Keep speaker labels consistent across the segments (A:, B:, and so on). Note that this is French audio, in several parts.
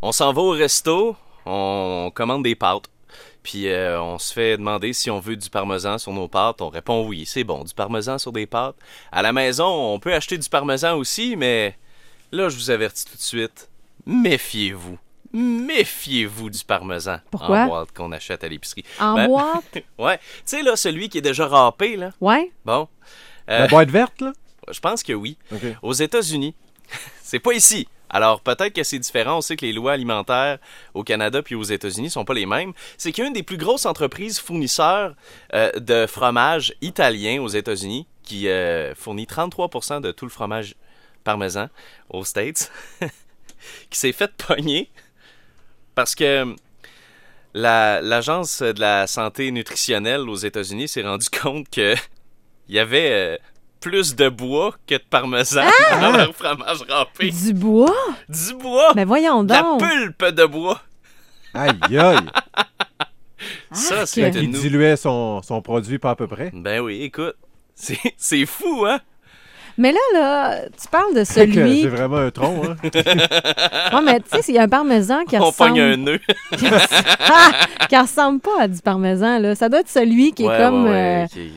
A: On s'en va au resto, on commande des pâtes. Puis euh, on se fait demander si on veut du parmesan sur nos pâtes. On répond oui, c'est bon, du parmesan sur des pâtes. À la maison, on peut acheter du parmesan aussi, mais là, je vous avertis tout de suite, méfiez-vous. Méfiez-vous du parmesan
B: Pourquoi?
A: en boîte qu'on achète à l'épicerie.
B: En
A: Ben,
B: boîte?
A: Ouais, tu sais là celui qui est déjà râpé là.
B: Ouais?
A: Bon,
C: La boîte verte, là?
A: je pense que oui.
C: OK.
A: Aux États-Unis, c'est pas ici. Alors peut-être que c'est différent. On sait que les lois alimentaires au Canada puis aux États-Unis sont pas les mêmes. C'est qu'une des plus grosses entreprises fournisseurs euh, de fromage italien aux États-Unis, qui euh, fournit 33% de tout le fromage parmesan aux States, qui s'est fait pogner parce que hum, la- l'agence de la santé nutritionnelle aux États-Unis s'est rendu compte que il y avait euh, plus de bois que de parmesan dans leur fromage râpé.
B: Du bois?
A: Du bois,
B: Ben voyons
A: ben, de la
B: donc!
A: pulpe de bois.
C: Aïe, aïe!
A: Ça,
B: Arc.
A: c'est
C: Il
A: nous.
C: diluait son, son produit pas à peu près.
A: Ben oui, écoute, c'est c'est fou, hein?
B: Mais là, là, tu parles de
C: Fait que
B: celui...
C: J'ai vraiment un tronc, hein?
B: Ouais, mais tu sais, il y a un parmesan qui
A: On
B: ressemble...
A: pogne un nœud.
B: qui, res- qui ressemble pas à du parmesan, là. Ça doit être celui qui est
A: Ouais,
B: comme...
A: ouais, ouais,
B: euh,
A: qui-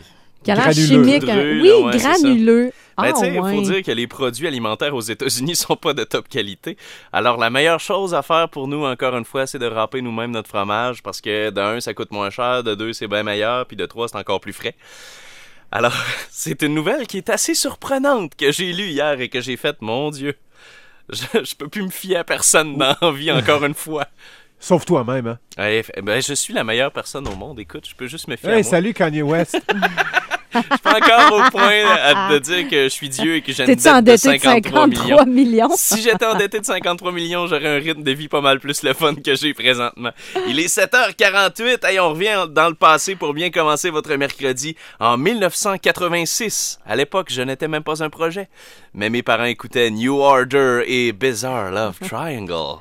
B: qui a l'air
C: Granuleux.
B: chimique. hein.
A: Granuleux,
B: Oui,
A: là, ouais, c'est ça.
B: granuleux.
A: Ben,
B: Ah,
A: tu sais, il
B: ouais.
A: faut dire que les produits alimentaires aux États-Unis sont pas de top qualité. Alors, la meilleure chose à faire pour nous, encore une fois, c'est de râper nous-mêmes notre fromage parce que, d'un, ça coûte moins cher, de deux, c'est bien meilleur, puis de trois, c'est encore plus frais. Alors, c'est une nouvelle qui est assez surprenante que j'ai lue hier et que j'ai faite, mon Dieu. Je, je peux plus me fier à personne dans la vie, encore une fois.
C: Sauf toi-même, hein?
A: Ouais, f- ben, je suis la meilleure personne au monde, écoute, je peux juste me fier à
C: Hey,
A: moi.
C: salut Kanye West!
A: Je suis pas encore au point à- de dire que je suis Dieu et que j'ai une
B: T'es-tu
A: dette de
B: endetté de
A: 53 millions.
B: 53 millions?
A: Si j'étais endetté de 53 millions, j'aurais un rythme de vie pas mal plus le fun que j'ai présentement. Il est 7h48. Hey, on revient dans le passé pour bien commencer votre mercredi. En 1986, à l'époque, je n'étais même pas un projet. Mais mes parents écoutaient New Order et Bizarre Love Triangle.